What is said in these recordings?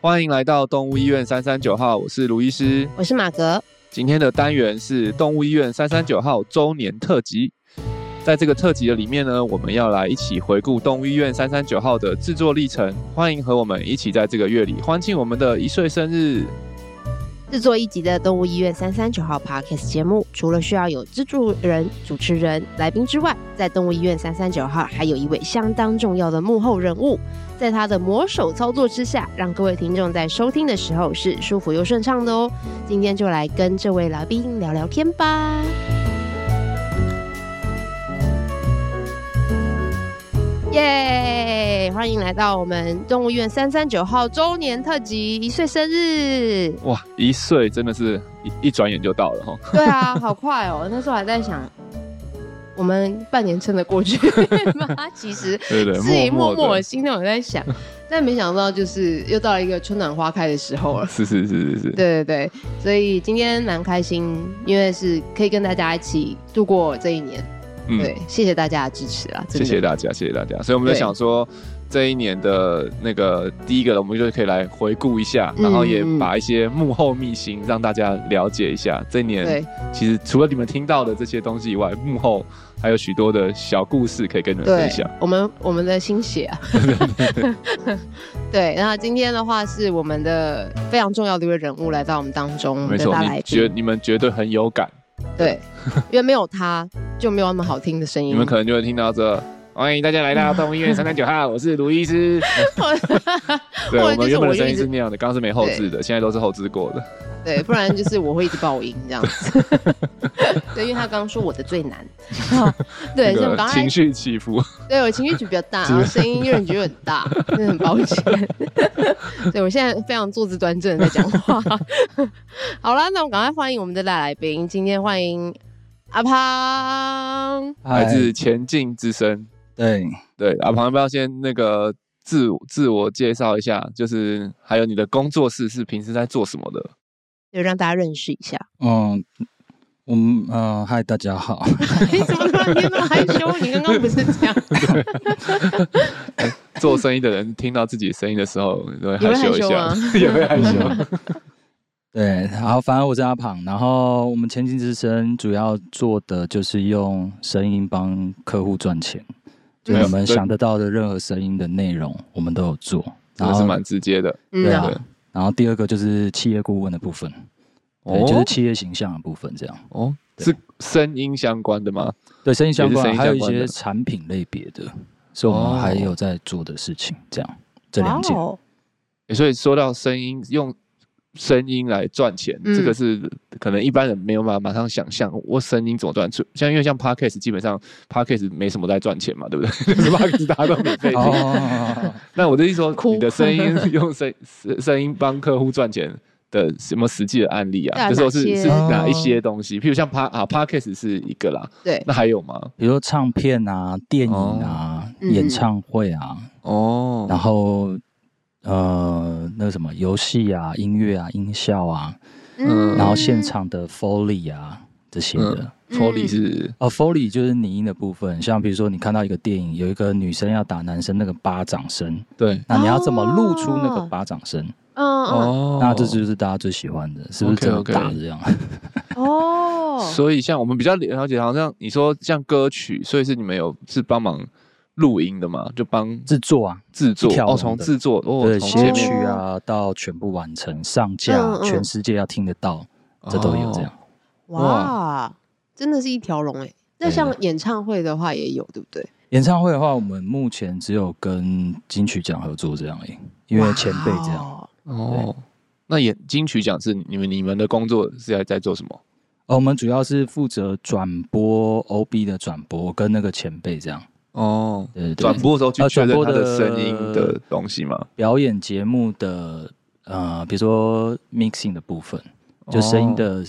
欢迎来到动物医院三三九号，我是卢医师。我是马格，今天的单元是动物医院三三九号周年特辑。在这个特辑的里面呢，我们要来一起回顾动物医院三三九号的制作历程。欢迎和我们一起在这个月里欢庆我们的一岁生日。制作一集的《动物医院三三九号》Podcast 节目，除了需要有制作人、主持人、来宾之外，在《动物医院三三九号》还有一位相当重要的幕后人物，在他的魔手操作之下，让各位听众在收听的时候是舒服又顺畅的哦。今天就来跟这位来宾聊聊天吧。耶！欢迎来到我们动物医院三三九号周年特辑一岁生日。哇，一岁真的是一一转眼就到了哈。对啊，好快哦！那时候还在想，我们半年撑得过去 吗？其实对对自己对，默默默默我的，心中有在想，但没想到就是又到了一个春暖花开的时 候了。是是是是是，对对对，所以今天蛮开心，因为是可以跟大家一起度过这一年。嗯对，谢谢大家的支持啊！真谢的谢大家，谢谢大家。所以我们就对想说，这一年的那个第一个，我们就可以来回顾一下，嗯然后也把一些幕后秘辛让大家了解一下。这一年对其实除了你们听到的这些东西以外，幕后还有许多的小故事可以跟你们分对享。，我们我们的心血 啊。 对，那今天的话是我们的非常重要的一位人物来到我们当中，我没们的错嗯大，来你宾绝。你们绝对很有感，对，因为没有他就没有那么好听的声音。你们 可能就会听到这。欢迎大家来到动物医院三三九号，我是卢医 师。对，或我者就们原本的是我就声一音直是那样的，刚刚是没后置的，现在都是后置过的。对，不然就是我会一直爆音这样子。 对，因为他刚刚说我的最难，对，那所以我个刚才情绪起伏，对我情绪起伏比较大， 然后声音让人觉得很大，真的很抱歉。对我现在非常坐姿端正地在讲话。 好啦，那我们赶快欢迎我们的大来宾，今天欢迎阿胖。来自前进之声。对，对，阿庞要不要先那个自我自我介绍一下？就是还有你的工作室是平时在做什么的？就让大家认识一下，嗯，我们呃，嗨，大 家好， 你怎么突然间那么害羞？你刚刚不是这样？做生意的人听到自己声音的时候，都会你害会羞一下害羞，啊也会害 羞。对，然后反正我是阿胖，然后我们前进之声主要做的就是用声音帮客户赚钱，就是啊我们想得到的任何声音的内容，我们都有做。真然的是后，蛮直接的。嗯对啊啊对，然后第二个就是企业顾问的部分， 对，哦就是企业形象的部分，这样。哦，是声音相关的吗？对，声音相也关，是声还有音相一关的些产品类别的，是我哦们还有在做的事情，这样。这两件哇， 哦诶所以说到声音，用声音来赚钱，嗯这个是可能一般人没有办法马上想象，我声音怎么赚？出像因为像 podcast 基本上 podcast 没什么在赚钱嘛，对不对？就是 podcast 大家都免费听。哦，那我的意思说，哭你的声音用声 声声音帮客户赚钱的什么实际的案例对啊？啊就说是哪些是哦哪一些东西？譬如像 p 啊 p a r k a s 是一个啦，对，那还有吗？比如说唱片啊、电影啊、嗯演唱会啊，哦然后呃，那个什么游戏啊、音乐啊、音效啊，嗯然后现场的 foley 啊这些的。 Foley 是哦 f o l e y 就是拟音的部分，像比如说你看到一个电影，有一个女生要打男生那个巴掌声，对那你要怎么露出那个巴掌声？嗯嗯哦那这就是大家最喜欢的，是不是真的 OK，OK 打 这样？哦，所以像我们比较了解，好像你说像歌曲，所以是你们有是帮忙录音的嘛？就帮制作啊，制作一条哦，龙从的制作哦，对，从写前曲面啊到全部完成上架，嗯嗯全世界要听得到，哦这都有这样。。哇，真的是一条龙哎。那对像演唱会的话也有，对不对？演唱会的话，我们目前只有跟金曲奖合作这样而已，因为前辈这样。哇哦，那演金曲奖是你们你们的工作是在在做什么？哦，我们主要是负责转播 OB 的转播，跟那个前辈这样。哦，对对对，转播的时候去呃确转认播他的的声音的东西吗？表演节目的呃，比如说 mixing 的部分，哦就声哦音的、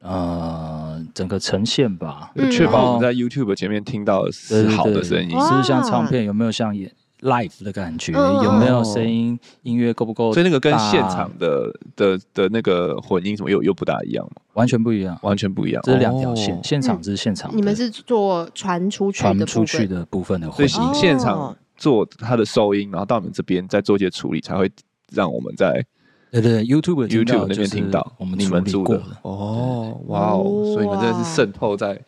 呃整个呈现吧。嗯哦，确然保后我们在 YouTube 前面听到的对是好的声音对对。哦是不是像哇唱片有没有像演 live 的感觉？嗯嗯有没有嗯声音？音乐够不够大？所以那个跟现场的的的那个混音什么又又不大一样嘛，完全不一样，完全不一样。这是两条线。哦现场是现场的，嗯你们是做传出去传的出部去分，的部分的所混以音。哦现场做它的收音，然后到你们这边再做一些处理，才会让我们在对对，YouTube YouTube 那边听听到我们你们处理住过的哦，哇哦，所以你们真的是渗透在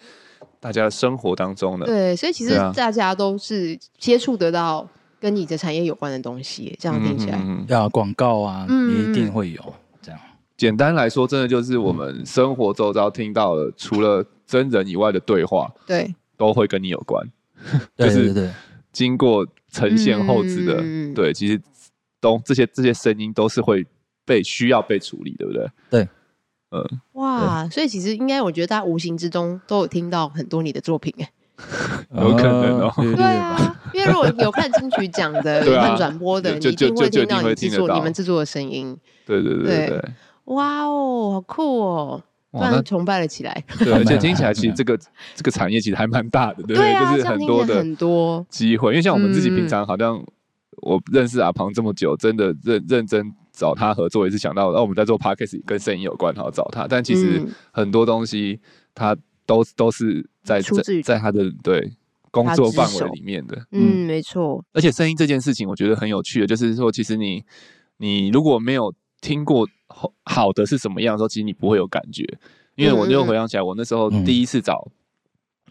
大家的生活当中的，对，所以其实对啊大家都是接触得到跟你的产业有关的东西，这样听起来，嗯嗯嗯嗯对啊，广告啊，嗯也一定会有这样。简单来说，真的就是我们生活周遭听到的，除了真人以外的对话，对，都会跟你有关。就对是对对，经过呈现后置的，嗯对，其实都这些这些声音都是会被需要被处理，对不对？哇，所以其实应该我觉得大家无形之中都有听到很多你的作品，哎，有可能哦啊略对略吧。啊， 因为如果有看金曲奖的，对有啊看转播的，你就一定就会就听就一定到你会制听得作到你们制作的声音，对对对对对对，哇哦，好酷哦，突哇，那然崇拜了起来，对，而且听起来蛮其实这个这个产业其实还蛮大的，对不对啊，就这是样很听多起来的很多，机会，因为像我们自己嗯平常好像我认识阿庞这么久，真的认认真找他合作，也是想到哦、我们在做 podcast 跟声音有关，好找他。 但其实嗯很多东西他都都是在出自于在在他的对工作范他之围手里面的。嗯，没错，而且声音这件事情，我觉得很有趣的，就是说，其实你你如果没有听过好好的是什么样的时候，其实你不会有感觉。因嗯为我就回想起来，我那时候嗯第一次找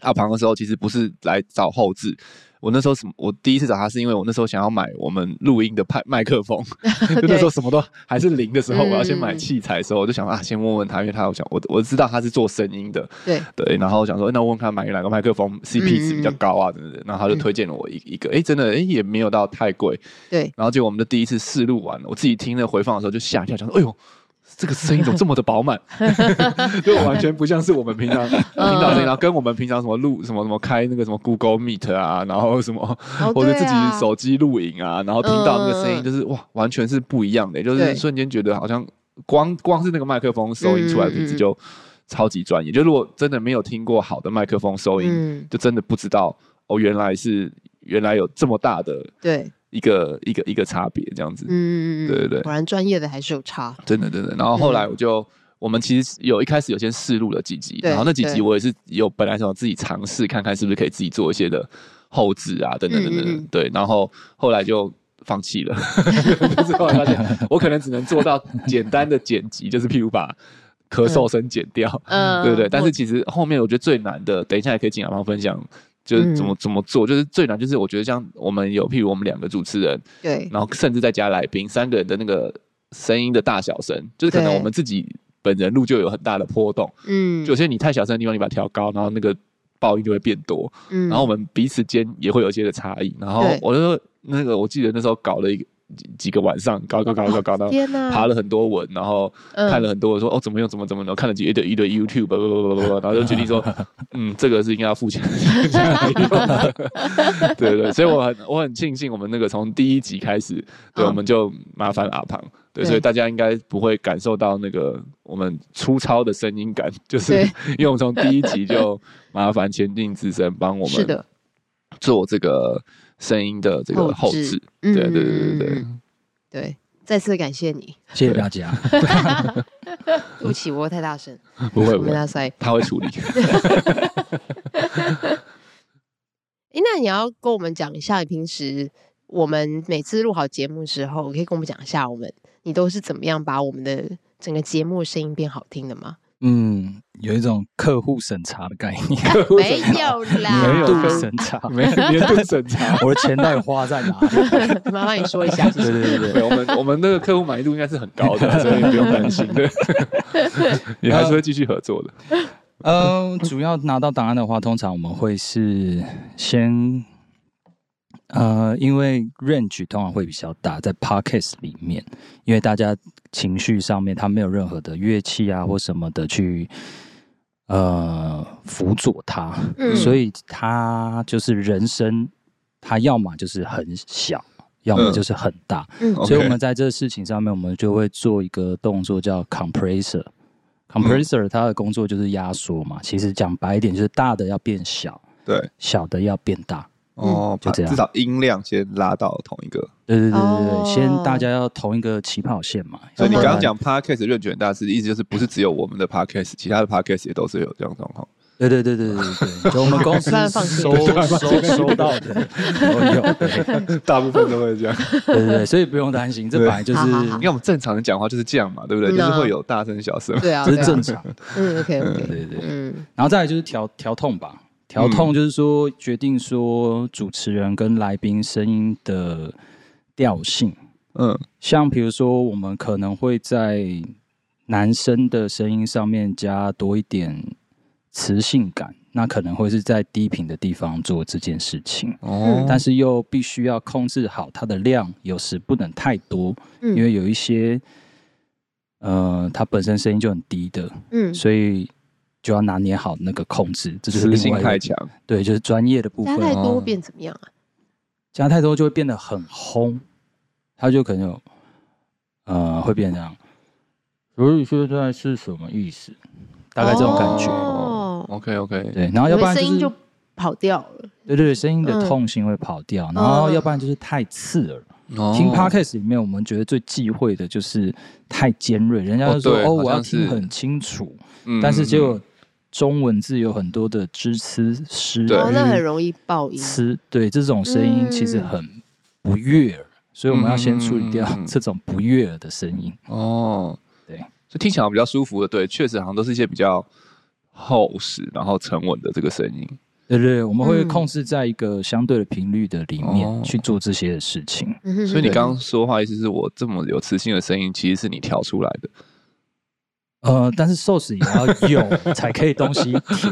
阿庞的时候，其实不是来找后置。我那时候什么？我第一次找他是因为我那时候想要买我们录音的麦麦克 风，就那时候什么都还是零的时候，嗯我要先买器材的时候，我就想啊，先问问他，因为他我想我我知道他是做声音的，对对，然后我想说，那我问看买哪个麦克风 CP 值比较高啊，等等等，然后他就推荐了我一一个，哎，真的，哎也没有到太贵，对，然后结果我们的第一次试录完了，我自己听那回放的时候就吓一跳，想说：“哎呦，这个声音怎么这么的饱满？ 就完全不像是我们平常听到的声音，然后跟我们平常什么录什么什么开那个什么 Google Meet 啊，然后什么、 哦或者自对啊己手机录影啊，然后听到那个声嗯嗯嗯音，就是、哇，完全是不一样的，就对是瞬间觉得好像光光是那个麦克风收音出来的品嗯嗯质嗯就超级专业。就如果真的没有听过好的麦克风收音，嗯，就真的不知道哦，原来是原来有这么大的。”对，一个一个一个差别这样子，嗯，对对对果然专业的还是 有差，真的真的。然后后来我就、我们其实有一开始有先试录了几集，嗯对然后那几集对我也是有本来想自己尝试看看是不是可以自己做一些的后置啊等等等等，嗯嗯嗯对，然后后来就。放弃 了，就是后来发现我可能只能做到简单的剪辑，就是譬如把咳嗽声剪掉，嗯，对不对？但是其实后面我觉得最难的，等一下也可以请阿芳分享，嗯就是怎么、怎么做，就是最难就是我觉得像我们有譬如我们两个主持人，嗯对，然后甚至再加来宾，三个人的那个声音的大小声，就是可能对我们自己本人录就有很大的波动。嗯，就有些你太小声的地方，你把它调高，然后那个爆音就会变多。嗯，然后我们彼此间也会有一些的差异。然后对我就那个，我记得那时候搞了一个几几个晚上，搞搞搞搞搞到。天哪，爬了很多文，然后嗯看了很多，说哦怎么用怎么怎么的，看了几一堆一堆 YouTube，不不不 不不，然后就决定说，嗯，这个是应该要付钱。 对对对，所以我很我很庆幸我们那个从第一集开始，对，嗯我们就麻烦阿庞，对，对所以大家应该不会感受到那个我们粗糙的声音感， 就是对因为我们从第一集就麻烦前进之声帮我是们的，做这个声音的这个后后置置，嗯对对对对对嗯。对，再次感谢你，谢谢大家。对不起，我太大声，不会我不们会，大塞。他会处理。诶，那你要跟我们讲一下，你平时我们每次录好节目之后，可以跟我们讲一下，我们你都是怎么样把我们的整个节目的声音变好听的吗？嗯，有一种客户审查的概念，没有没啦有，年度审查，没有年度审查。我的钱到底花在哪 里？麻烦你说一下，谢对谢。对对，对对，我们我们那个客户满意度应该是很高 的，所以不用担心。 对，也还是会继续合作的。嗯，主要拿到档案的话，通常我们会是先，呃，因为 range 通常会比较大，在 podcast 里面，因为大家情绪上面，他没有任何的乐器啊或什么的去。呃，辅佐他，嗯所以他就是人生，他要么就是很小，要么嗯就是很大。嗯 OK 所以我们在这事情上面，我们就会做一个动作叫 compressor。compressor 它的工作就是压缩嘛，其实讲白一点，就是大的要变小，对，小的要变大。哦，嗯就把这样嗯至少音量先拉到同一个。对对对对对，哦先大家要同一个起跑线嘛。所以你要刚不 然刚，讲 podcast 认卷大师，意思就是不是只有我们的 podcast，其他的 podcast 也都是有这样的状况。对对对对对对，就 我们公司突然放 弃收收收到的都有，对大部分都会 这样。对对，所以不用担心，这本来就是好好好你看我们正常人讲话就是这样嘛，对不对？嗯就啊是会有大声小声。对啊，这对是啊正常的，嗯，OK OK，对对对。嗯然后再来就是调调痛吧，调痛就是说决定说主持人跟来宾声音的调性，嗯，像比如说我们可能会在男生的声音上面加多一点磁性感，那可能会是在低频的地方做这件事情。哦嗯但是又必须要控制好它的量，有时不能太多，嗯，因为有一些，呃，它本身声音就很低的，嗯，所以就要拿捏好那个控制，这就是磁另性外一太个强，对，就是专业的部加分。太多哦变怎么样啊？加太多就会变得很轰，它就可能有，呃，会变成这样。所以现在是什么意思？大概这种感觉。哦 OK OK，对，然后要因不为然声是音就跑掉了。对对对，声嗯音的痛性会跑掉，然后嗯要不然就是太刺耳。听听哦 podcast 里面，我们觉得最忌讳的就是太尖锐，人家就说哦对哦好我要像是听很清楚，嗯但是结果中文字有很多的支词失对哦，那很容易嗯爆音。词，对这种声音其实很不悦耳，所以我们要先处理掉嗯嗯嗯嗯这种不悦耳的声音。哦，对，所以听起来比较舒服的，对，确实好像都是一些比较厚实然后沉稳的这个声音。对对对，我们会嗯控制在一个相对的频率的里面、哦去做这些事情。嗯哼所以你哼刚刚说话意思是我这么有磁性的声音，其实是你调出来 的。呃，但是瘦死也要有才可以东西调。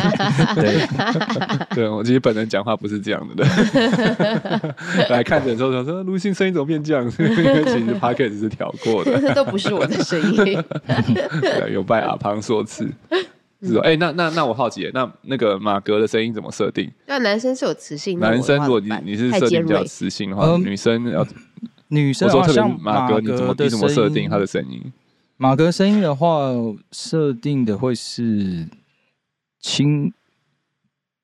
对，对我其实本人讲话不是这样的， 对来看诊的时候想说卢信声音怎么变这样，因为 其实 p o c k e t 是调过的， 都不是我的声 音。对有拜阿庞所 赐。是哦，哎、那那那我好奇，那那个马格的声音怎么设定？那男生是有磁性，那我的男生话如果怎你么办你是太设尖定比较锐，磁性的话，嗯女生要女生我说的话特别像是马哥，你怎么格你的怎么声设音定他的声音？马格声音的话，设定的会是清，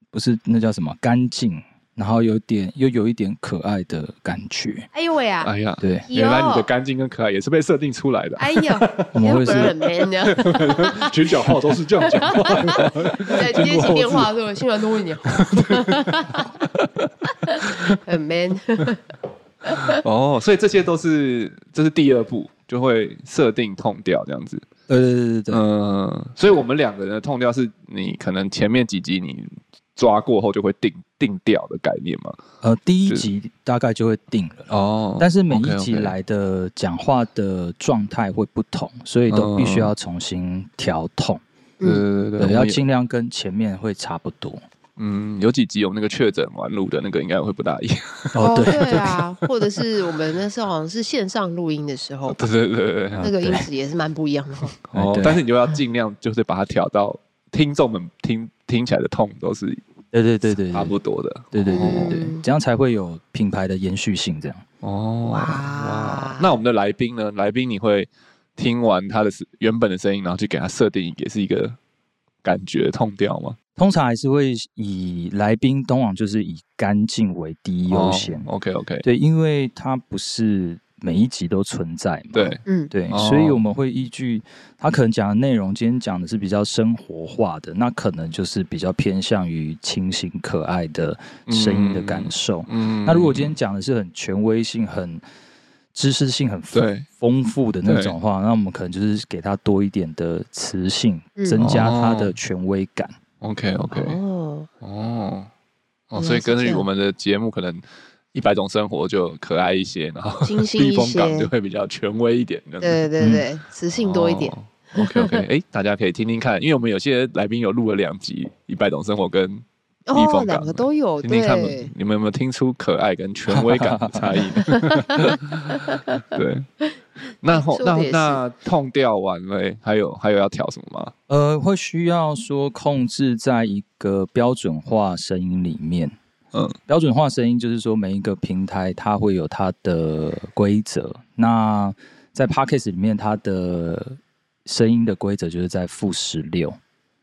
不是那叫什么干净，然后有点又有一点可爱的感觉。哎呦喂啊！哎呀，对，哟原来你的干净跟可爱也是被设定出 来的啊，哎呦，我们会是你又不很 man 的，群角号都是这样讲话的，你在接起电话的时候，新闻都问你好，很 man。 哦，所以这些都是这是第二步，就会设定痛调这样子。对对对对对，嗯，所以我们两个人的痛调是你可能前面几集你抓过后就会定定调的概念嘛。呃，第一是集大概就会定了。哦但是每一集 OK，OK 来的讲话的状态会不同，所以都必须要重新调痛，对对对对，对，要我也尽量跟前面会差不多。嗯，有几集有那个确诊完录的那个应该会不大一样。哦，对对啊，或者是我们那时候好像是线上录音的时候，对对对对对。那个音质也是蛮不一样的。哦对，但是你就要尽量就是把它调到听众们听听起来的痛都是对对对对差对不多的。对对对对嗯对，这样才会有品牌的延续性。这样，哦，哇那我们的来宾呢？来宾你会听完他的原本的声音，然后去给他设定，也是一个感觉痛调吗？通常还是会以来宾通往就是以干净为第一优先。 OK OK，对，因为它不是每一集都存在嘛。对，嗯，对，哦所以我们会依据他可能讲的内容，今天讲的是比较生活化的，那可能就是比较偏向于清新可爱的声音的感受。嗯那如果今天讲的是很权威性、很知识性很丰对丰富的那种的话，那我们可能就是给它多一点的磁性嗯，增加它的哦权威感。 OK OK，哦，哦原哦，来所以是这根据样我们的节目，可能一百种生活就可爱一些，然后清新 避一风港些就，会比较权威一点，这样子对对对，磁性多一点。哦 OK OK，哎、大家可以听听看，因为我们有些来宾有录了两集《一百种生活》跟避风哦港，，两个都有，听听看对，你们有没有听出可爱跟权威感的差异 呢？对，那后说那得也是那痛掉完了、诶还有还有要调什么吗？呃，会需要说控制在一个标准化声音里面。嗯，标准化声音就是说，每一个平台它会有它的规则。那在 Podcast 里面，它的声音的规则就是在负十六，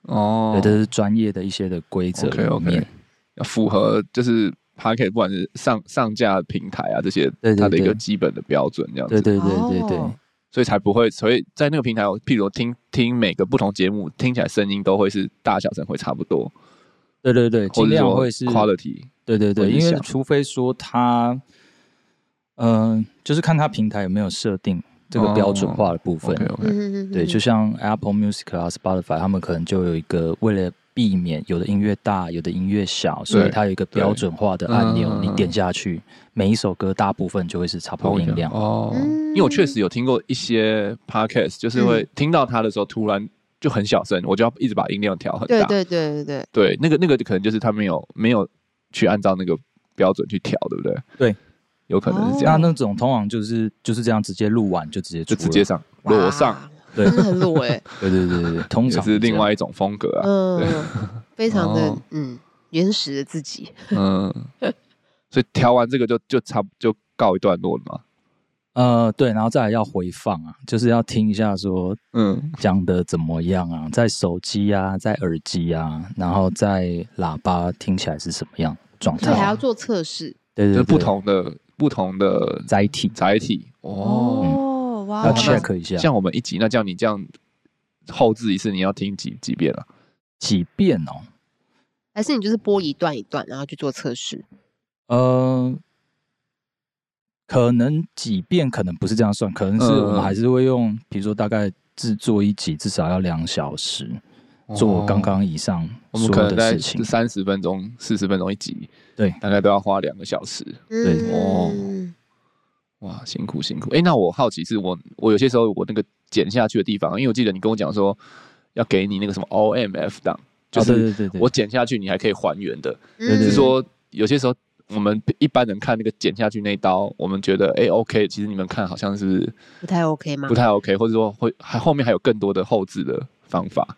哦对，这是专业的一些的规则里 OK，OK 面。要符合就是。p o c k e t 不管是上上架平台啊这些对对，它的一个对基本的标准这样子。对对对对对，哦所以才不会，所以在那个平台，我譬如听听每个不同节目，听起来声音都会是大小声会差不多，对对对，或尽者量说会是 quality，对对对，会影因为响除非说他，嗯、就是看他平台有没有设定这哦个标准化的部分。 OK OK，嗯嗯对，就像 Apple Music 啊、Spotify，他们可能就有一个为了避免有的音乐大，有的音乐小，所以对它有一个标准化的按钮嗯，你点下去，每一首歌大部分就会是差不多音量。哦，嗯因为我确实有听过一些 podcast，就是会听到它的时候突然就很小声，我就要一直把音量调很对大，嗯对对对对，对，那个那个可能就是他没有没有去按照那个标准去调，对不对？对，有可能是这哦那样，那种通常就是就是这样直接录完就直接出就了，直接上裸上，哇，对真的很裸哎，对对对对对，通 也常是这另样外一种风格啊，嗯，非常的哦嗯原始的自己，嗯， 所以调完这个就就差不就告一段落了嘛，呃对，然后再来要回放啊，就是要听一下说嗯，讲的怎么样啊，在手机啊，在耳机啊，然后在喇叭听起来是什么样的状所以还态要？做测试对就是对对，不同的不同的载嗯体载体哦。哦，哇要那 check 一下，像我们一集，那这样你这样后置一次，你要听几几遍啊？几遍哦。还是你就是播一段一段，然后去做测试，呃，可能几遍可能不是这样算，可能是嗯我们还是会用，比如说大概制作一集至少要两小时，做刚刚以上哦我们所可有能的在事情。三十分钟、四十分钟一集，对大概都要花两个小时。对哦嗯哇，辛苦辛苦！哎、那我好奇是我我有些时候我那个剪下去的地方，因为我记得你跟我讲说要给你那个什么 OMF 档，就啊对是对对对，我剪下去你还可以还原的，对只嗯对是说有些时候我们一般人看那个剪下去那一刀，我们觉得哎、诶 OK，其实你们看好像是不太 OK 吗不？太 OK，或者说会还后面还有更多的后置的方法，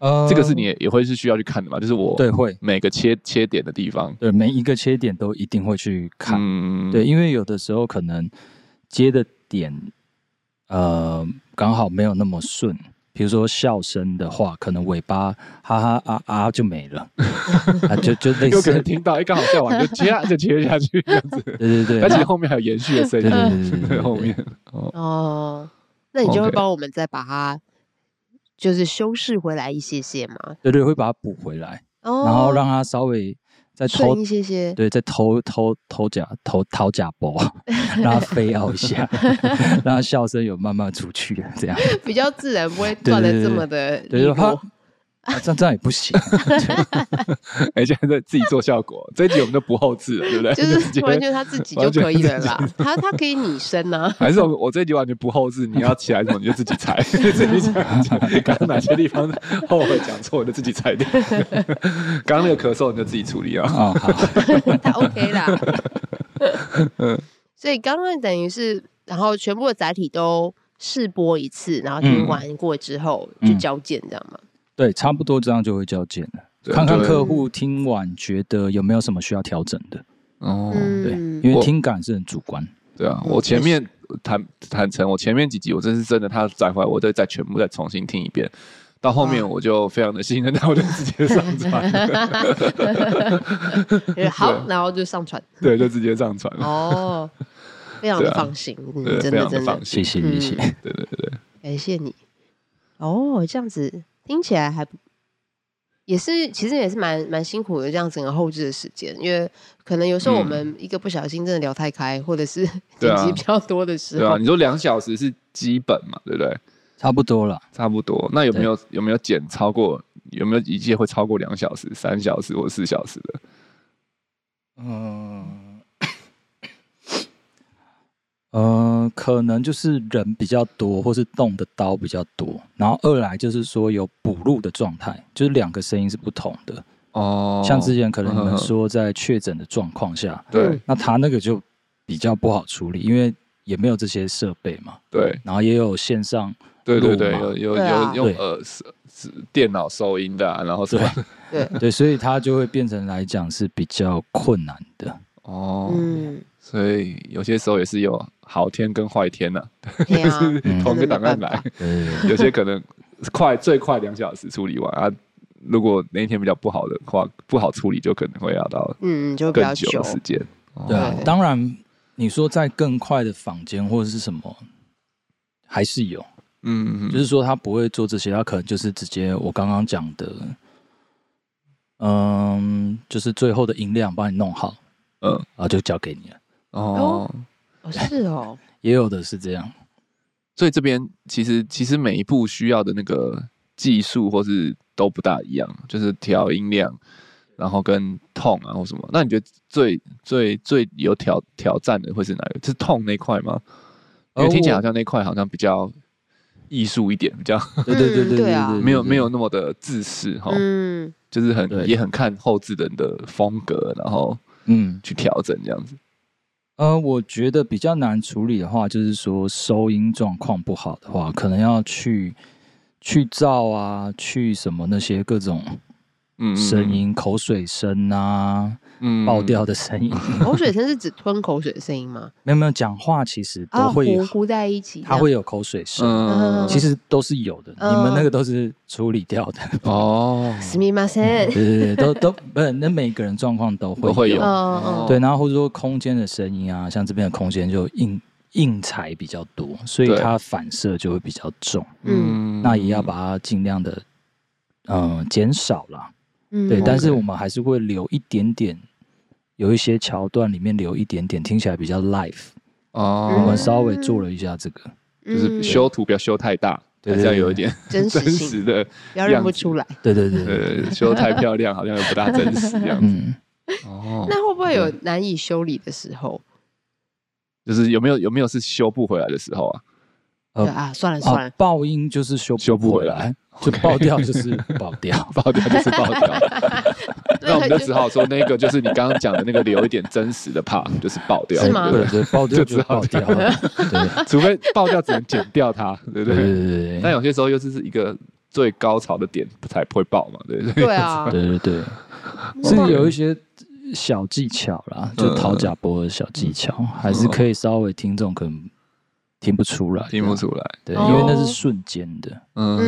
呃这个是你也也会是需要去看的嘛？就是我对会每个切切点的地方，对每一个切点都一定会去看，嗯对，因为有的时候可能接的点呃刚好没有那么顺。比如说笑声的话，可能尾巴哈哈啊啊就没了，啊就就类有似可能听到，哎，刚好笑完就切啊，就切下去这样子。对对对，而且后面还有延续的声对对对对音对对在后面。哦，那你就会 OK 帮我们再把它就是修饰回来一些些嘛，对对，会把它补回来，哦，然后让它稍微再偷顺一些些，对，再偷偷偷假偷掏假包， 让它飞傲一下，让它笑声有慢慢出去，这样比较自然，不会断的对对对这么的利 对，就怕落。啊这样这样也不行，哎，现在在自己做效果，这一集我们都不后置了，对不对？ 就是完直接全他自己就完全可以了啦，他他可以拟声啊，还是我我这一集完全不后置，你要起来什么你就自己裁， 自己想讲，刚刚哪些地方后悔讲错，你就自己裁掉。 刚刚那个咳嗽你就自己处理啊。啊、好，他 OK 啦。 所以刚刚等于是，然后全部的载体都试播一次，然后听完过之后就嗯交件，这样嘛。对，差不多这样就会交件了。对看看对客户听完觉得有没有什么需要调整的，哦对，嗯，因为我听感是很主观。对啊，嗯我前面坦坦诚，我前面几集我真是真的，他载回来，我再再全部再重新听一遍。到后面哇我就非常的信任他，我就直接上传，就是好，对啊然后就上传。对，就直接上传了，哦，非常的对啊放心，嗯对，真非的常的真的放，谢心。谢嗯谢谢，对对对对，感谢你。哦，这样子听起来还不也是，其实也是蛮蛮辛苦的，这样整个后置的时间，因为可能有时候我们一个不小心真的聊太开，或者是嗯对剪啊辑比较多的时对候，啊，你说两小时是基本嘛，对不对？差不多了。差不多。那有没有有没有减超过？有没有一届会超过两小时、三小时或四小时的？嗯，呃，可能就是人比较多，或是动的刀比较多，然后二来就是说有补录的状态，就是两个声音是不同的。哦像之前可能你嗯们嗯说在确诊的状况下，对那他那个就比较不好处理，因为也没有这些设备嘛，对然后也有线上对对对，录嘛有有对啊有用对耳是电脑收音的啊，然后什么对对，对，所以他就会变成来讲是比较困难的。哦，嗯，所以有些时候也是有好天跟坏天呐、对啊，嗯同一个档案来，对， 有些可能快最快两小时处理完啊。如果那一天比较不好的话，不好处理就可能会要到嗯，就比较更久久，的时间。对啊对，当然你说在更快的房间或者是什么，还是有，嗯，嗯就是说他不会做这些，他可能就是直接我刚刚讲的，嗯，就是最后的音量帮你弄好，嗯然后就交给你了。哦，哦，是哦，也有的是这样，所以这边其实其实每一步需要的那个技术或是都不大一样，就是调音量，然后跟痛啊或什么。那你觉得最最最有挑挑战的会是哪个？是痛那块吗？因为呃听起来好像那块好像比较艺术一点，比较对对对嗯对对啊对没有没有那么的自私哈，嗯，就是很对也很看后置人的风格，然后嗯去调整这样子。呃，我觉得比较难处理的话，就是说收音状况不好的话，可能要去去噪啊，去什么那些各种嗯，嗯声，音、口水声啊、嗯爆掉的声音， 口哦水声是指吞口水的声音 吗？没有没有讲话，其实啊，都会有糊，糊在一起这样，它会有口水声，嗯，其实都是有的。嗯你们那个都是处理掉的， 哦，すみませ ん。对对对，都都不是，那每个人状况都会都会有嗯哦嗯，对，然后或者说空间的声音啊，像这边的空间就硬硬材比较多，所以对它反射就会比较重。嗯，那也要把它尽量的嗯、呃减少啦。嗯对，但是 OK 我们还是会留一点点，有一些桥段里面留一点点，听起来比较 live。哦，我们稍微做了一下这个，就是嗯修图不要修太大，对好对像有对一点真 实真性，实的，不要认样不子出来。对对对对，呃，修太漂亮好像又不大真实这 样子。嗯，哦，那会不会有难以修理的时候？就是有没有有没有是修不回来的时候啊？ 呃对啊，算哦了算啊了，，爆音就是修修不回来。来，就爆掉就是爆掉爆掉就是爆掉， 那我们就对只好说那个就是你刚刚讲的那个留一点真实的怕，就是爆掉，是吗对对对，爆掉就只就好爆掉了。对除非爆掉只能剪掉它，对不对对？对对但对有些时候又是一个最高潮的点才不会爆嘛，对不对？对啊， 对对 对，是有一些小技巧嗯啦，就讨假波的小技巧，还是可以稍微听众可能听不出来，听不出来，对，哦因为那是瞬间的，嗯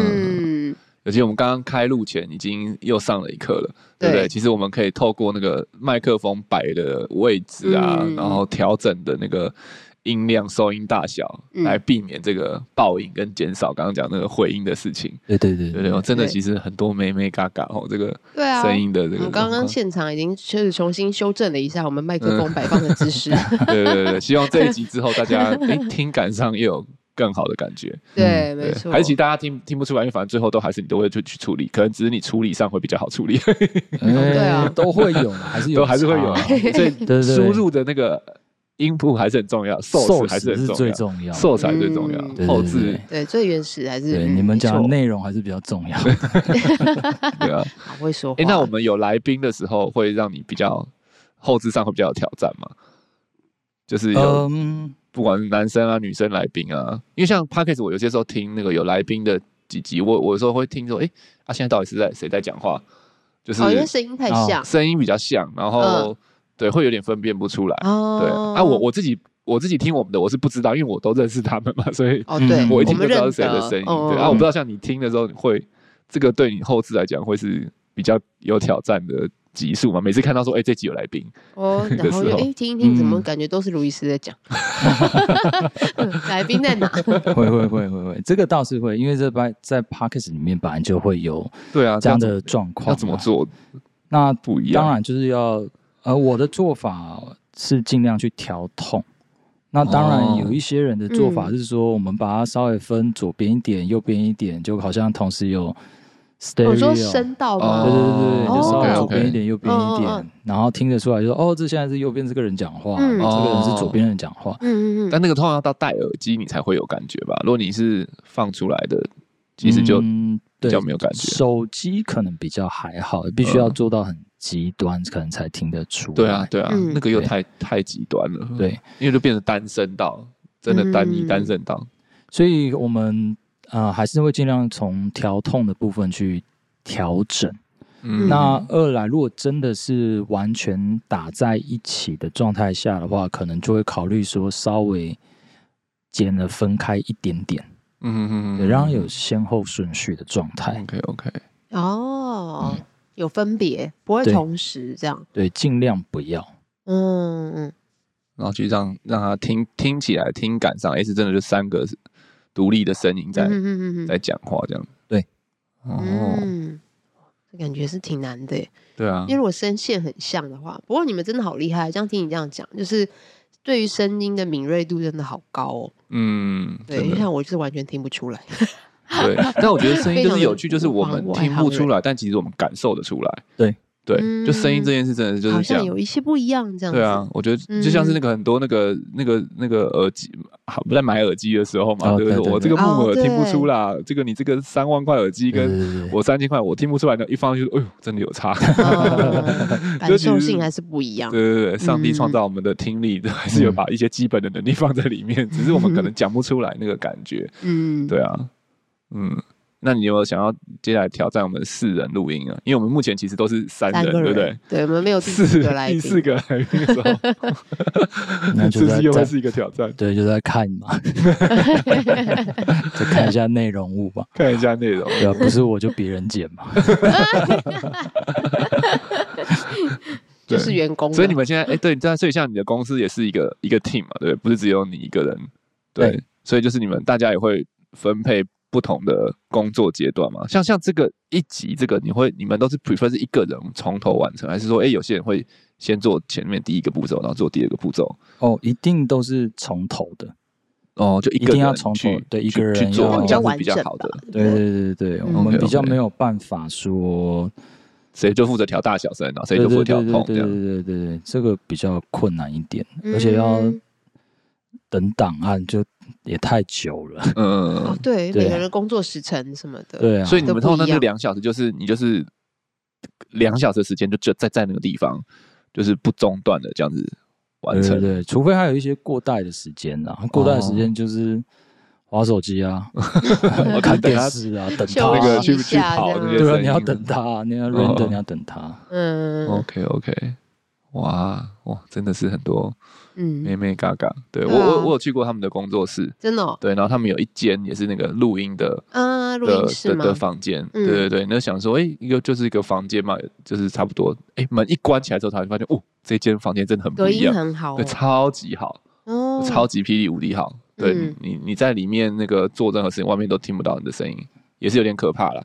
嗯，尤其我们刚刚开录前已经又上了一课了，对不对？对其实我们可以透过那个麦克风摆的位置啊，嗯然后调整的那个音量、收音大小，嗯来避免这个爆音跟减少刚刚讲那个回音的事情，对对对对不对？我真的嗯对其实很多妹妹嘎嘎哦，这个对啊，声音的这我个嗯们刚刚状现场已经就是重新修正了一下我们麦克嗯风摆放的姿 势，况 对对对对，希望这一集之后大 家诶听感上又有更好的感觉，对，没嗯对，错，还是其实大家听听不出来，因为反正最后都还是你都会去去处理，可能只是你处理上会比较好处理。哎对啊都会有啦，还是 有，都还是会有啊，所对对以对输入的那个音谱还是很重要，source 瘦还是是很重最要重要的， ，source 还是最重嗯要，对后对对置对对最原始还是对嗯你们讲的没错内容还是比较重要。对啊。好会说话哎，，那我们有来宾的时候，会让你比较后置上会比较有挑战吗？就是有嗯，不管是男生啊、女生来宾啊，因为像 podcast 我有些时候听那个有来宾的几集，我我有时候会听说，哎，啊，现在到底是在谁在讲话？就是哦，因为声音太哦像声音比较像，然后嗯对会有点分辨不出来。哦，对啊，我我自己我自己听我们的，我是不知道，因为我都认识他们嘛，所以哦对，嗯我一我听就们知认道得是谁的声音。哦对啊，我不知道像你听的时候，你会这个对你后置来讲会是比较有挑战的集数嘛？每次看到说，哎、这集有来宾， 哦，然后的就时候哎、诶听一听，怎么嗯感觉都是卢医师在 讲？ 来宾在哪？会会会会会，这个倒是会，因为这在在 podcast 里面本来就会有对啊，这样子的状况，啊要怎么？做那不一样？当，然就是要，呃，我的做法是尽量去调痛。那当哦然，有一些人的做法嗯是说，我们把它稍微分左边一点、右边一点，就好像同时有 stereo，我哦说声道对吗？对对对，哦就稍微左 OK，OK 边一点、右边一嗯嗯点，然后听得出来就说，哦，这现在是右边这个人讲话，嗯这个人是左边人讲哦话。嗯嗯嗯，但那个通常要到戴耳机你才会有感觉吧？如果你是放出来的，其实就嗯比对较没有感觉。嗯手机可能比较还好，必须要做到很极端，可能才听得出来。对啊，，对啊，嗯那个又对太太极端了。对，因为就变成单声道，真的单一嗯单声道。所以我们呃还是会尽量从调痛的部分去调整。嗯，那二来，如果真的是完全打在一起的状态下的话，可能就会考虑说稍微剪了分开一点点，嗯对，让它有先后顺序的状态， OK OK，哦，嗯有分别，不会对同时这样。对，尽量不要。嗯嗯，然后去让让他听听起来听感上，哎，是真的就三个独立的声音在、嗯嗯嗯在讲话这样。对，哦，嗯，这感觉是挺难的耶，对啊因为，如果声线很像的话，不过你们真的好厉害，这样听你这样讲，就是对于声音的敏锐度真的好高哦。嗯，对，真你 的看我就是完全听不出来。对。但我觉得声音就是有趣，非就常是我们听不出来，但其实我们感受得出来。对对，嗯就声音这件事真的 就是好这样像。有一些不一样，这样子。嗯对啊，我觉得就像是那个很多那个、那个那个耳机，好不在买耳机的时候嘛，哦对不对对我这对个木哦耳听不对出啦，这个你这个三万块耳机对跟对对对我三千块我听不出来的，一放上去，哎呦，真的有差。 就嗯感其实受性还是不一样。对对对，上帝嗯创造我们的听力，还是嗯有把一些基本的能力放在里面，只是我们可 能讲不出来那个感觉。嗯，对啊，嗯，那你有没有想要接下来挑战我们四人录音啊？因为我们目前其实都是三人，三个对不人，对？我们没有第四四个来第宾，四个来宾的时候， 这那就在是又会在是一个挑战。对，就在看嘛， 就看一下内容物吧。看一下内容，对啊，不是我就别人剪嘛。对 就是员工了。啊所以你们现在哎，对，这样所以像你的公司也是一个一个 team 嘛，对不对，不是只有你一个人，对对，所以就是你们大家也会分配不同的工作阶段嘛。像像这个一集这个，你会你们都是 prefer 是一个人从头完成，还是说哎有些人会先做前面第一个步骤，然后做第二个步骤？哦，一定都是从头的。哦，就一一个定要人从去头对一去个去人做要比这较样是完比整较吧好的，对对对对对，嗯我们 OK，OK 比较没有办法说，谁就负责调大小声，然后谁对就对负责对调对痛对这对样。对对对，这个比较困难一点，嗯而且要等档案就也太久了。嗯，嗯哦嗯，对对每个人的工作时程什么的，对啊，所以你们通都不一样常那两小时就是你就是两小时的时间就就在在那个地方，就是不中断的这样子完对成对。对，除非还有一些过带的时间啊，过带的时间就是划手机啊、我看等看电他视啊、等他休啊、那个息去一去下跑这样那些对声啊，音你要等他啊，你要 render，你要等他。嗯 OK OK，哇哇，真的是很多妹嗯，妹嘎嘎。对我对啊我我有去过他们的工作室，真的哦，对，然后他们有一间也是那个录音的啊，录的音室的吗的？房间，嗯对对对，那想说，哎、一个就是一个房间嘛，就是差不多，哎、门一关起来之后，才会发现，哦，这间房间真的很不隔一音样，很好对，超级好，哦，超级霹雳无敌好，对、嗯你，你在里面那个做任何事情，外面都听不到你的声音。也是有点可怕 了，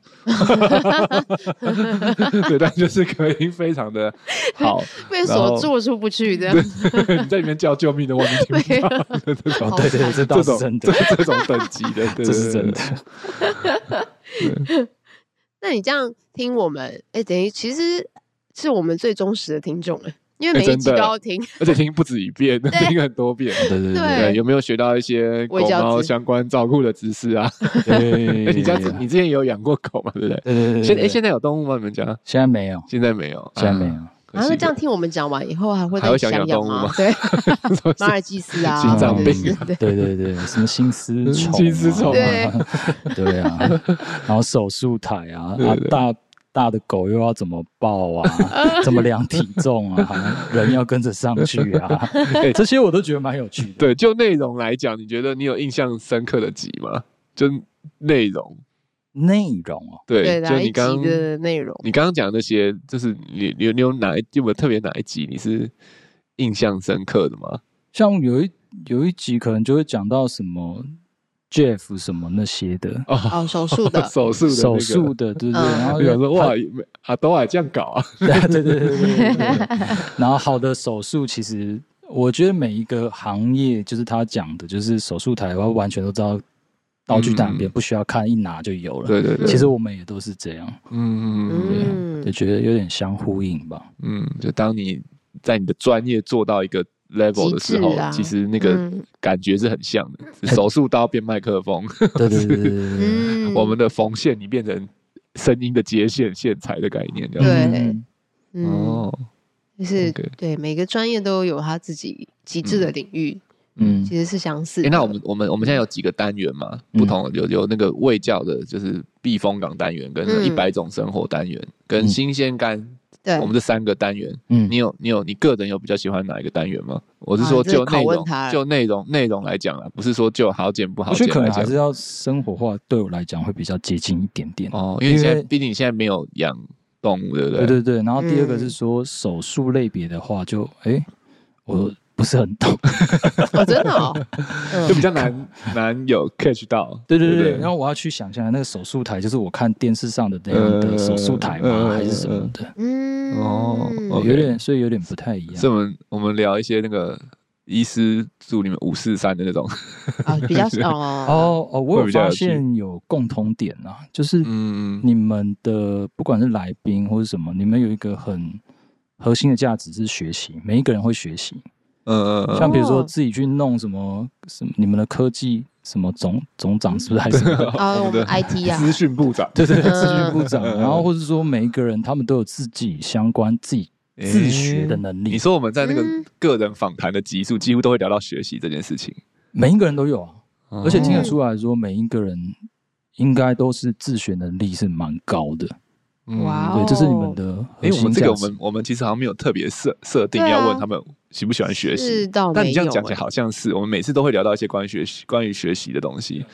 对，但就是隔音非常的 好。被然后锁住出不去的，你在里面叫救命的，外面听不到的这种 哦，对对对，这倒这是种真的这，这种等级的，对 这是真。对对的。 那你这样听我们，哎、等于其实是我们最忠实的听众哎，因为哎每一真集的都要听，而且听不止一遍，听很多遍。对对，对对有没有学到一些狗喂教猫子相关照顾的知识啊？对，哎，你家子你之前也有养过狗嘛？对不对？对对对，现现哎，哎现现在有动物吗？你们家现在没有，现在没有，现在没啊，有，可然惜后这样了。听我们讲完以后，还会还会想再养养动物吗 对，说马尔济斯啊，心脏病对对对对对对，什么心丝虫啊，心丝虫啊对啊，然后手术台啊，对啊对大大的狗又要怎么抱啊，怎么量体重啊，人要跟着上去啊，哎这些我都觉得蛮有趣的。 对，就内容来讲，你觉得你有印象深刻的集吗？就内容，内容哦，对，对就哪你一刚集的 内容？你刚刚讲的那些，就是你你你有哪一有没有特别哪一集你是印象深刻的吗？像有一有一集可能就会讲到什么 Jeff 什么那些的。哦，手术的， 手术的那手个术的，对对对，嗯然后我就想说哇，阿都还这样搞啊？ 对对对对对对对。然后好的手术，其实我觉得每一个行业，就是他讲的，就是手术台，我完全都知道道具在哪边，不需要看，一拿就有 了。对对对，其实我们也都是这样，嗯嗯嗯嗯就，觉得有点相呼应吧。嗯，就当你在你的专业做到一个 level 极的时致候，啊其实那个嗯感觉是很像的， 手术刀变麦克风，对对对对对对嗯我们的缝线你变成声音的接线线材的概念，这样。对嗯嗯，哦，就是，OK 对每个专业都有他自己极致的领域，嗯其实是相似诶的。那我们我们我们现在有几个单元嘛？嗯不同的有有那个卫教的，就是避风港单元，跟嗯一百种生活单元，跟嗯新鲜干，对我们这三个单元。嗯你有你有你个人有比较喜欢哪一个单元吗？我是啊说这就个内拷问容他了就内容内容来讲啊，不是说就好剪不好我觉剪得可来能还讲是。要生活化，对我来讲会比较接近一点点。哦，因为你现在因为毕竟你现在没有养动物，对不对？对对对，然后第二个嗯是说手术类别的话就，诶哎，我不是很懂。 哦，真的哦，就嗯比较难难有 catch 到。对对对对对不对然后我要去想象那个手术台，就是我看电视上的那样的呃手术台吗？呃还是什么的？嗯，哦对 OK 有点，所以有点不太一样。所以我们我们聊一些那个医师祝你们五四三的那种，啊，比较 哦，哦哦，我会有比较发有趣现有共同点啊，就是嗯， 你们的不管是来宾或是什么，你们有一个很核心的价值是学习，每一个人会学习。嗯嗯像比如说哦自己去弄什么什么，你们的科技什么总总长是不 是还是什嗯么的啊，我我们的们 IT 啊，资讯部长， 对对嗯对，资讯部长，嗯嗯然后或者说每一个人他们都有自己相关自己诶自学的能力，你说我们在那个嗯个人访谈的集数，几乎都会聊到学习这件事情，每一个人都有啊，而且听得哦出来说每一个人应该都是自学能力是蛮高的，嗯哇哦对，这是你们的因为核我心们价这个值。我们我们其实好像没有特别设设定对啊要问他们喜不喜欢学是习，倒但没你这样有讲起来欸，好像是我们每次都会聊到一些关于学习关于学习的东西，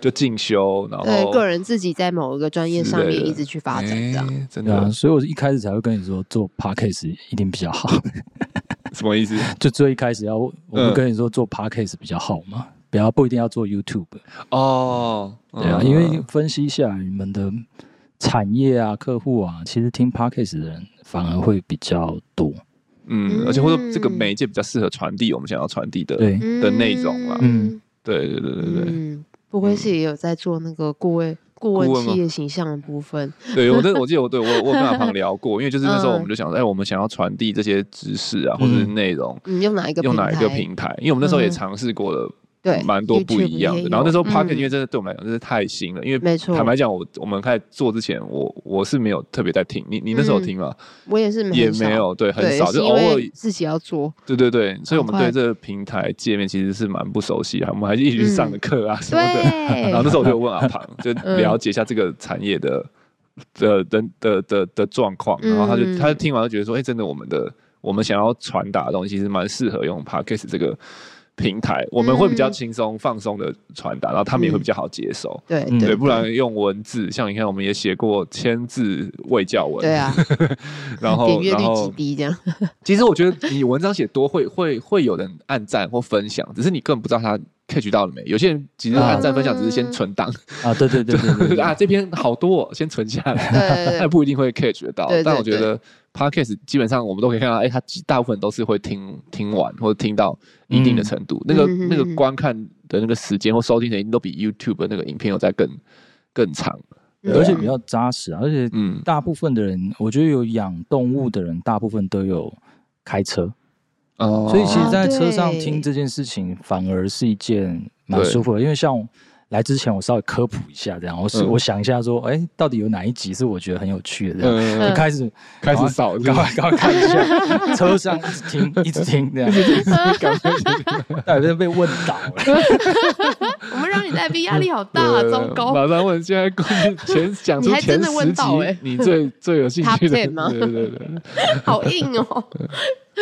就进修，然对，后个人自己在某一个专业上之类面的一直去发展这样。诶真对啊，的所以我一开始才会跟你说做 podcast 一定比较好， 什么意思？就最一开始要我不嗯跟你说做 podcast 比较好嘛，不要不一定要做 YouTube，哦，对啊，嗯因为分析下来你们的产业啊、客户啊，其实听 podcast 的人反而会比较多，嗯，而且或者嗯这个媒介比较适合传递我们想要传递的，对，的内容啦嗯对对对对对。嗯，不愧是也有在做那个顾问顾顾问问吗企业形象的部分，对，我那我记得我对我我有跟阿胖聊过，因为就是那时候嗯我们就想说，哎，我们想要传递这些知识啊，或者是内容，嗯，用哪一个用哪一个台平台？因为我们那时候也嗯尝试过了对蛮多不一样的。然后那时候 p o c k e t 因为为真的对我们来讲真是太新了，因为嗯没错，坦白讲，我我们开始做之前，我我是没有特别在听，你你那时候有嗯听吗？我也是很也少没，有，对，很对少，是就因偶尔为自己要做，对对对，所以我们赶快对这个平台界面其实是蛮不熟悉的，我们还是一起去上嗯的课啊什么的。对 然后，那时候我就问阿 庞，就嗯了解一下这个产业的的的的的的状况，然后他就嗯他就听完就觉得说，哎、真的我们的我们想要传达的东西是蛮适合用 Podcast 这个平台，我们会嗯比较轻松放松的传达，然后他们也会比较好接受。对嗯对，不然用文字，像你看，我们也写过千字未教文，对，啊， 然后点阅然率极后低这样，其实我觉得你文章写多会会会有人按赞或分享，只是你根本不知道他 catch 到了没。有些人其实按赞分享只是先存档，嗯啊，对对对对对 对，啊这篇好多、哦，先存下来，对那对不一定会 catch 得到。对对但我觉得 podcast 基本上我们都可以看到，哎，它大部分都是会听听完或者听到一定的程度，那个嗯嗯嗯那个嗯观看的那个时间或收听的一定都比 YouTube 的那个影片有在更更长。对， 嗯而且比较扎实啊，而且嗯，大部分的人，我觉得有养动物的人，大部分都有开车，哦所以其实，在哦车上对听这件事情反而是一件蛮对舒服的。因为像我来之前，我稍微科普一下，这样我是、嗯我想一下说，哎，到底有哪一集是我觉得很有趣的？这样嗯，就 开始开始扫，赶快赶快看一下，车上一直听一直听 这样，赶快到底被问倒了。我们让你来宾压力好大啊，对糟糕，马上问，现在公司前讲出 你还真前的问十集到欸，你最最有兴趣 Top 的10吗对对对。 好硬哦。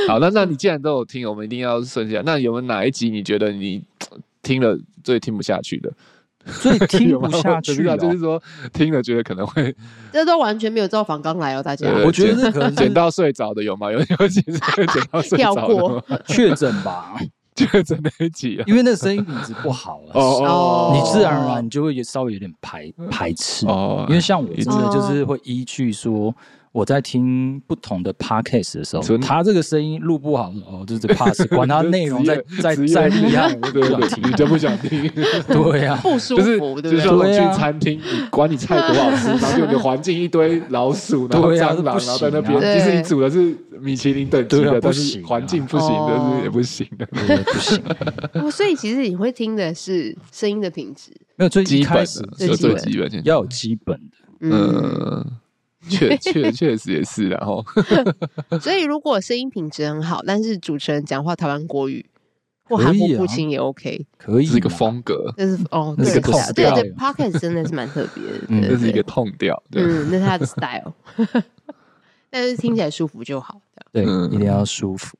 好，那那你既然都有听，我们一定要顺下。那有没有哪一集你觉得你听了最听不下去的？所以听不下有去哦啊没有我知了、道就是说听了觉得可能会 这都完全没有照反刚来哦，大家对我觉得这可能呃剪是到睡着的有吗？有有几集会剪到睡着 跳的吗过？确诊吧，就整那一集啊。因为那个声音品质不好了、哦哦，你自然而然你就会稍微有点排排斥。哦，因为像我真的哦就是会依据说我在听不同的 podcast 的时候，纯他这个声音录不好哦，就是 pass，管他内容再再职业再厉害，我对都对对，不想你听。就不想听， 对啊呀，不舒就是服，对就是不对？像我们去对啊餐厅，你管你菜多好 吃，然后就你的环境一堆老鼠，然后对啊蟑螂，这不然行后在那啊边，对即使你煮的是米其林等级对啊的，不但行是啊环境不行，但哦是也不行的。对不行，哦，所以其实你会听的是声音的品质，没有最一基本开始的，最就基最本基本的。要有基本的。嗯，嗯，确确确实也是啦，然 后嗯所以如果声音品质很好，但是主持人讲话台湾国语或可以韩国啊不清也 OK，可以这是一个啦，风格，这是哦，那对是个对 style 对对，Pocket 真的是蛮特别的，嗯对这是一个，对痛调。对，嗯，那是他的 style，但是听起来舒服就好。对，嗯一定要舒服。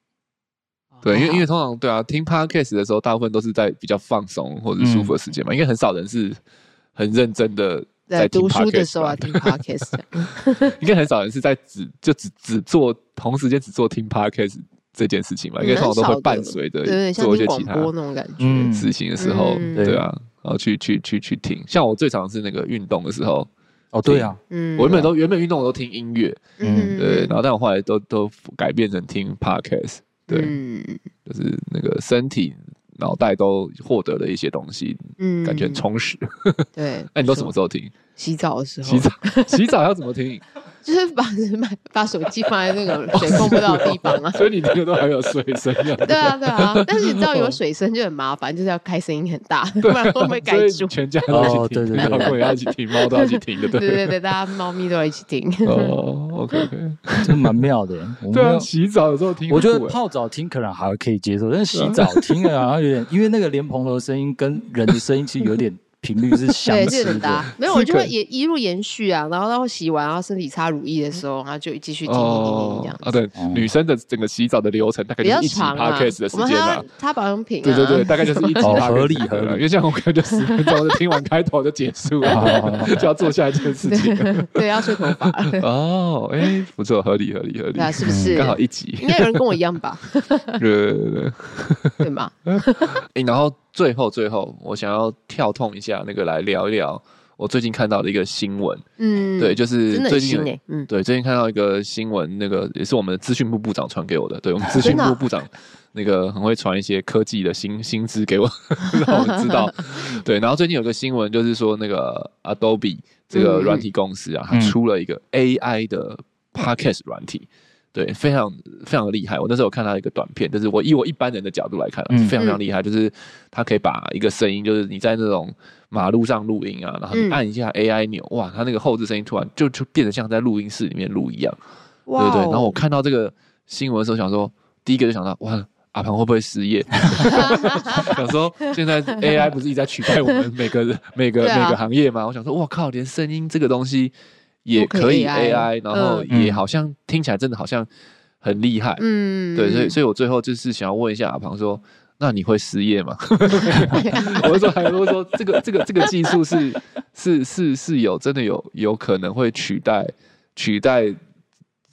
对，因为因为通常对啊，听 podcast 的时候，大部分都是在比较放松或者舒服的时间嘛，应该很少人是很认真的在嗯在听读书的 podcast 时候啊，吧听 podcast，这样应该很少人是在只就只只做同时间只做听 podcast 这件事情嗯吧，因为通常都会伴随着有点像做一些听广其他播那种感觉。嗯事情的时候，嗯对啊，然后去去去去听。像我最常是那个运动的时候，哦，对啊，嗯，我原本都原本运动我都听音乐，嗯对，然后但我后来都都改变成听 podcast，对，嗯就是那个身体、脑袋都获得了一些东西，嗯哦感觉很充实。 对。那你都什么时候听？洗澡的时候？洗澡，洗澡要怎么听？ 就是把买把手机放在那个水碰不到的地方 啊。所以你那个都还有 水声啊。对啊，对啊， 但是你知道有水声就很麻烦，就是要开声音很大，不然 会不会盖啊所以住？全家都哦一起对听，对对然后狗也要一起听，猫都要一起听的，对对。对对，大家猫咪都要一起听。 哦，OK OK，这蛮 妙的。我没对啊，有，洗澡的时候听很啊我酷觉欸，得泡澡听可能还可以接受，但啊是洗澡听了好像有点，因为那个莲蓬头的声音跟人的声音其实 有点频率是相对，这似很搭的。。没有，我就这会个也一路延续啊，然后到洗完，然后身体擦乳液的时候，然后就继续听听听听这样。啊，对哦，女生的整个洗澡的流程大概比就较是一起长啊 podcast 的，时我们还间要啦。擦保养品啊。对对对，大概就是一集哦 podcast 合理的合理啊因为像我感觉就十分钟就听完开头就结束好好了好， 就要做下一件事情。对 对，要吹头发，哦，哎，不错，合理合理合理对，啊，是不是？刚好一集。应该有人跟我一样吧，对对对对。对吗？哎，然后最后最后，我想要跳痛一下那个来聊一聊我最近看到的一个新闻，嗯，对，，就是真的最很近新有哎，嗯，对，最近看到一个新闻，那个也是我们的资讯部部长传给我的。对我 们资讯真的啊部部长，那个很会传一些科技的新新知给我， 让我们知 道。对，然后最近有个新闻，就是说那个 Adobe 这个软体公司啊，它嗯出了一个 AI 的嗯 Podcast 软体。对，非常非常的厉害。我那时候有看到一个短片，就是我以我一般人的角度来看、啊，嗯非常非常厉害。就是它可以把一个声音，就是你在那种马路上录音啊，然后你嗯按一下 AI 钮，哇，它那个后置声音突然就就变得像在录音室里面录一样，对哇不哦，对？然后我看到这个新闻的时候，想说，第一个就想到，哇，阿庞会不会失业？ 想说现在 AI 不是一直在取代我们每个人每个、对啊每个行业吗？我想说，哇靠，连声音这个东西也都可可以以 AI AI，然后嗯也好像听起来真的好像很厉害，嗯，对，所以所以我最后就是想要问一下阿庞说，那你会失业 吗？ 我是说，还如果说这个这个这个技术是是是是有真的有有可能会取代取代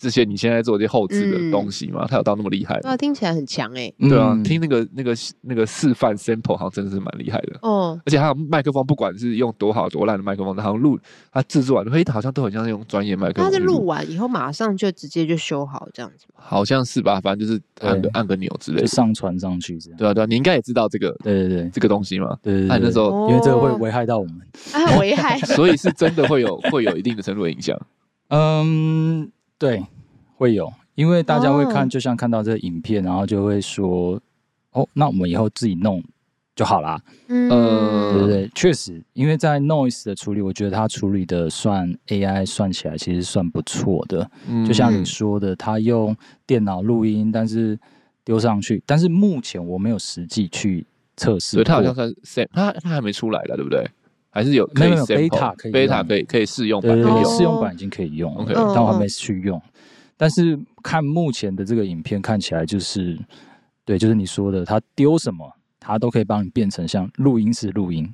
这些你现在做这些后置的嗯东西吗？它有到那么厉害那吗？听起来很强哎，嗯对啊，听那个那个那个示范 sample 好像真的是蛮厉害的。哦，而且它的麦克风，不管是用多好多烂的麦克风，它好像录它制作完，嘿，好像都很像那种专业麦克风。嗯他是录完以后马上就直接就修好这样子吗， 好像是吧？反正就是按个对按个钮之类就的。上传上去这样。对啊，对啊，你应该也知道这个对对对这个东西嘛。对对哎那你对，那时候，因为这个哦会危害到我们。啊，很 危害所以是真的会有 会有一定的程度的影响。嗯，对，会有，因为大家会看，哦就像看到这个影片，然后就会说，哦，那我们以后自己弄就好啦，呃对嗯，不对？确实，因为在 noise 的处理，我觉得它处理的算 AI 算起来其实算不错的。嗯就像嗯你说的，它用电脑录音，但是丢上去，但是目前我没有实际去测试所过，以它好像算 sam，它它还没出来了，对不对？还是有可以没有没有 sample beta 可以用 beta 可以可以试用对版对可以哦对，用。试用版已经可以用了 OK 但我还没去用。但是看目前的这个影片看起来就是，对，就是你说的，它丢什么，它都可以帮你变成像录音室录音。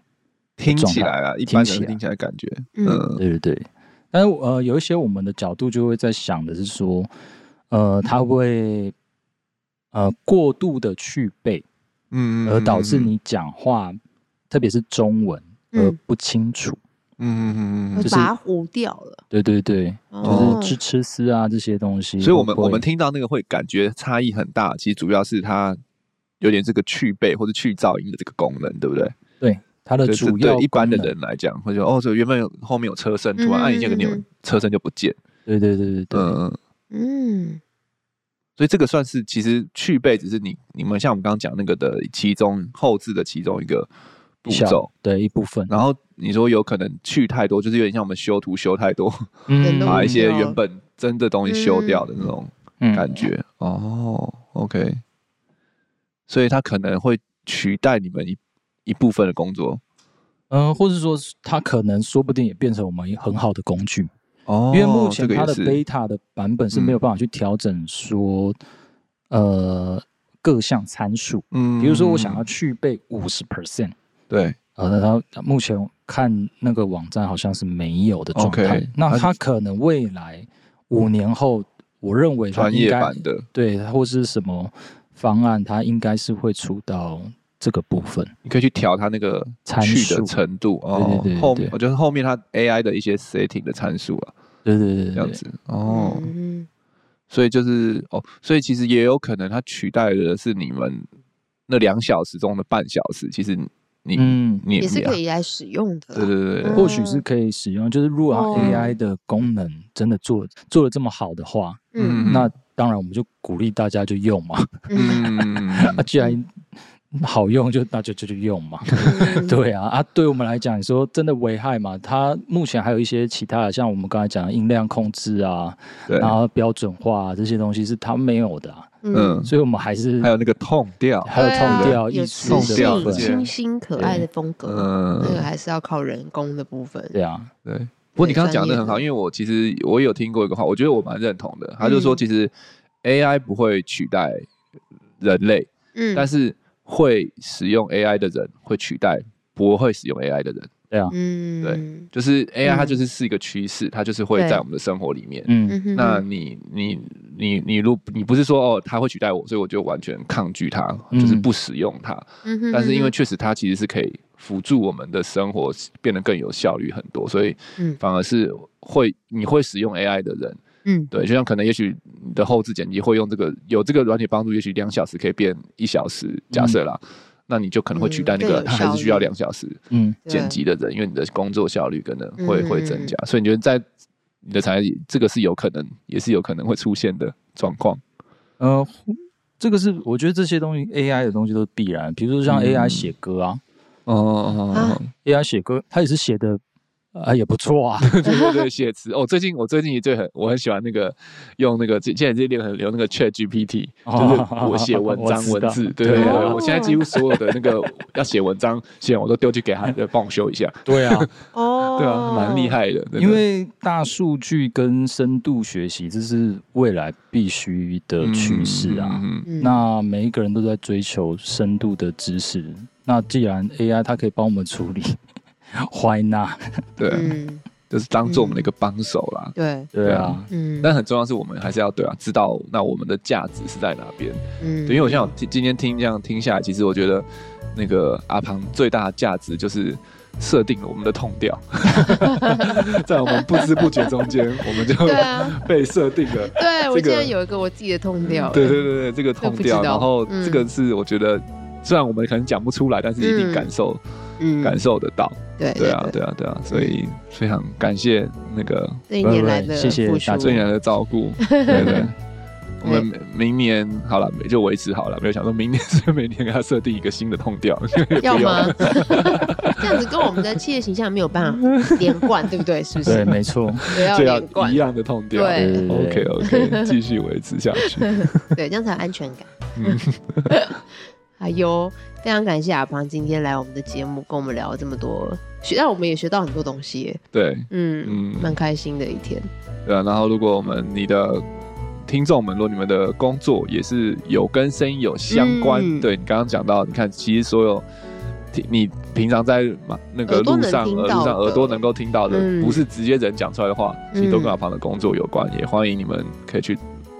听起来啊，一般人听起来感觉，嗯对对对。但是呃，有一些我们的角度就会在想的是说，呃，它会不会呃过度的去背，嗯而导致，你讲话，特别是中文而嗯不清楚。嗯嗯我就是把它糊掉了，对对对，哦就是吃吃丝啊这些东西会不会。所以我们我们听到那个会感觉差异很大，其实主要是它有点这个去背或者去噪音的这个功能，对不对？对它的对呃主对要对一般的功能人来讲，会觉得哦，这原本有后面有车声，突然按一下个钮嗯嗯嗯嗯，车声就不见。对对对对对，嗯嗯。嗯嗯，所以这个算是其实去背，只是你你们像我们刚刚讲那个的其中后置的其中一个步小骤。对一部分，然后你说有可能去太多，就是有点像我们修图修太多，嗯人都把一不些要原本真的东西修掉的那种感觉，觉。哦，OK，所以它可能会取代你们一一部分的工作。嗯、或是说它可能说不定也变成我们很好的工具，哦，因为目前这个它也的是 beta 的版本是没有办法去调整说，呃各项参数，嗯比如说我想要去背五十 percent，对呃，那它它目前看那个网站好像是没有的状态 OK，那它它可能未来五年后。我认为它专应业该版的，对它或是什么方案，它应该是会出到这个部分你可以去调它那个参去的数。程度哦。对对对后对面我觉得后面它 AI 的一些 setting 的参数啊，对对对这对样对，子哦。嗯所以就是哦，所以其实也有可能它取代的是你们那两小时中的半小时，其实你、嗯，你也是可以，以来使用的啦。对对对对，或许是可以使用。就是如果它哦 AI 的功能真的做做的这么好的话，嗯那当然我们就鼓励大家就用嘛。 嗯那既然好用，就那就就就用嘛。嗯 对啊，啊，对我们来讲，你说真的危害嘛？它目前还有一些其他的，像我们刚才讲的音量控制啊，对， 然后标准化、啊、这些东西是它没有的、啊，嗯，所以我们还是还有那个痛 调，还有对啊痛调有艺磁术痛的调部性、这些分，清新可爱的风格，嗯，那个还是要靠人工的部分。对啊，对。不过你刚刚讲的专业很好，的因为我其实我有听过一个话，我觉得我蛮认同的。他就说，嗯其实 AI 不会取代人类，嗯，但是会使用 AI 的人会取代不会使用 AI 的人。嗯，对就是 AI 嗯它就是是一个趋势，它就是会对在我们的生活里面。嗯嗯哼那哼，你你你你如你不是说哦，它会取代我，所以我就完全抗拒它，嗯就是不使用它。嗯哼但是因为哼确实它其实是可以辅助我们的生活变得更有效率很多，所以嗯反而是会你会使用 AI 的人，嗯对，就像可能也许你的后置剪辑会用这个有这个软体帮助，也许两小时可以变一小时，假设啦。那你就可能会取代那嗯更个，有他还效是需要率两小时嗯，剪辑的人，因为你的工作效率可能会会嗯嗯增嗯加，所以你觉得在你的产业里，这个是有可能，也是有可能会出现的状况。呃，这个是我觉得这些东西 AI 的东西都是必然，比如说像嗯 AI 写歌啊哦啊， ，AI 写歌它也是写的啊也不错啊， 对对对，写词哦。最近我最近也最很我很喜欢那个用那个现在这里很流那个 Chat GPT，就是 我写文哦我章知道文字，对对对啊对，哦我现在几乎所有的那 个要写文章，写完我都丢去给他，就帮我修一下。对啊，哦，对啊，蛮厉，害的，真的嗯因为大数据跟深度学习，这是未来必须的趋势啊。嗯嗯嗯嗯那每一个人都在追求深度的知识。那既然 AI 它可以帮我们处理 ，Why not？对啊，嗯就是当做我们的一个帮手啦。对，对啊，嗯，但很重要是我们还是要对啊，知道那我们的价值是在哪边。嗯，对，因为我想今今天听这样听下来，其实我觉得那个阿庞最大的价值就是设定了我们的痛调， 在我们不知不觉中间，我们就对 啊，被设定了。对我这现个在有一个我自己的痛调了，对对对对，这个这痛不知调，然道后嗯这个是我觉得。虽然我们可能讲不出来，但是一定嗯感受、嗯，感受得到。对对啊，，对啊，对啊，所以非常感谢那个这一年来不不的不谢谢付大出，家最难的照顾。嗯 对 对，我们明年好了，就维持好了，没有想说明年是每年给他设定一个新的痛调。要吗？ 这样子跟我们的企业形象没有办法连贯，对不对？是不对，是？没错，不要这样连贯一，样的痛调。对对对 OK 对 OK，继续维持下去。对，这样才有安全感。 嗯，哎呦，非常感谢阿胖今天来我们的节目，跟我们聊了这么多，学让我们也学到很多东西耶，对嗯，嗯蛮开心的一天。对啊。然后，如果我们你的听众们，如果你们的工作也是有跟声音有相关，嗯对你刚刚讲到，你看，其实所有听你平常在嘛那个耳朵路能上听耳到朵上的耳朵能够听到的，嗯不是直接人讲出来的话，其实都跟嗯阿庞的工作有关。也欢迎你们可以去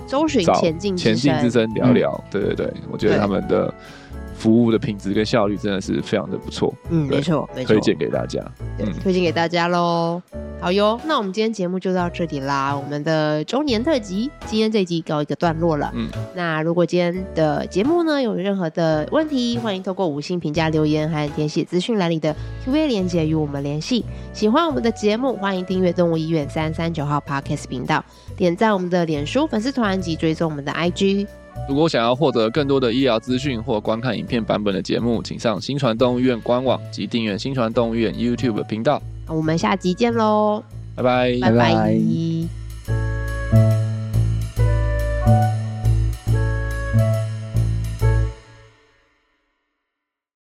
周巡找前进前进之声，声聊聊。嗯对对对，我觉得对他们的服务的品质跟效率真的是非常的不错，嗯，对没错，没错，推荐给大家。对嗯推荐给大家喽。好哟，那我们今天节目就到这里啦，我们的周年特辑今天这一集告一个段落了。嗯，那如果今天的节目呢有任何的问题，欢迎透过五星评价留言，还有填写资讯栏里的 Q&A 连接与我们联系。喜欢我们的节目，欢迎订阅动物医院三三九号 Podcast 频道，点赞我们的脸书粉丝团及追踪我们的 IG。如果想要获得更多的医疗资讯或观看影片版本的节目，请上新传动物医院官网及订阅新传动物医院 YouTube 频道。我们下集见喽，拜拜。拜拜拜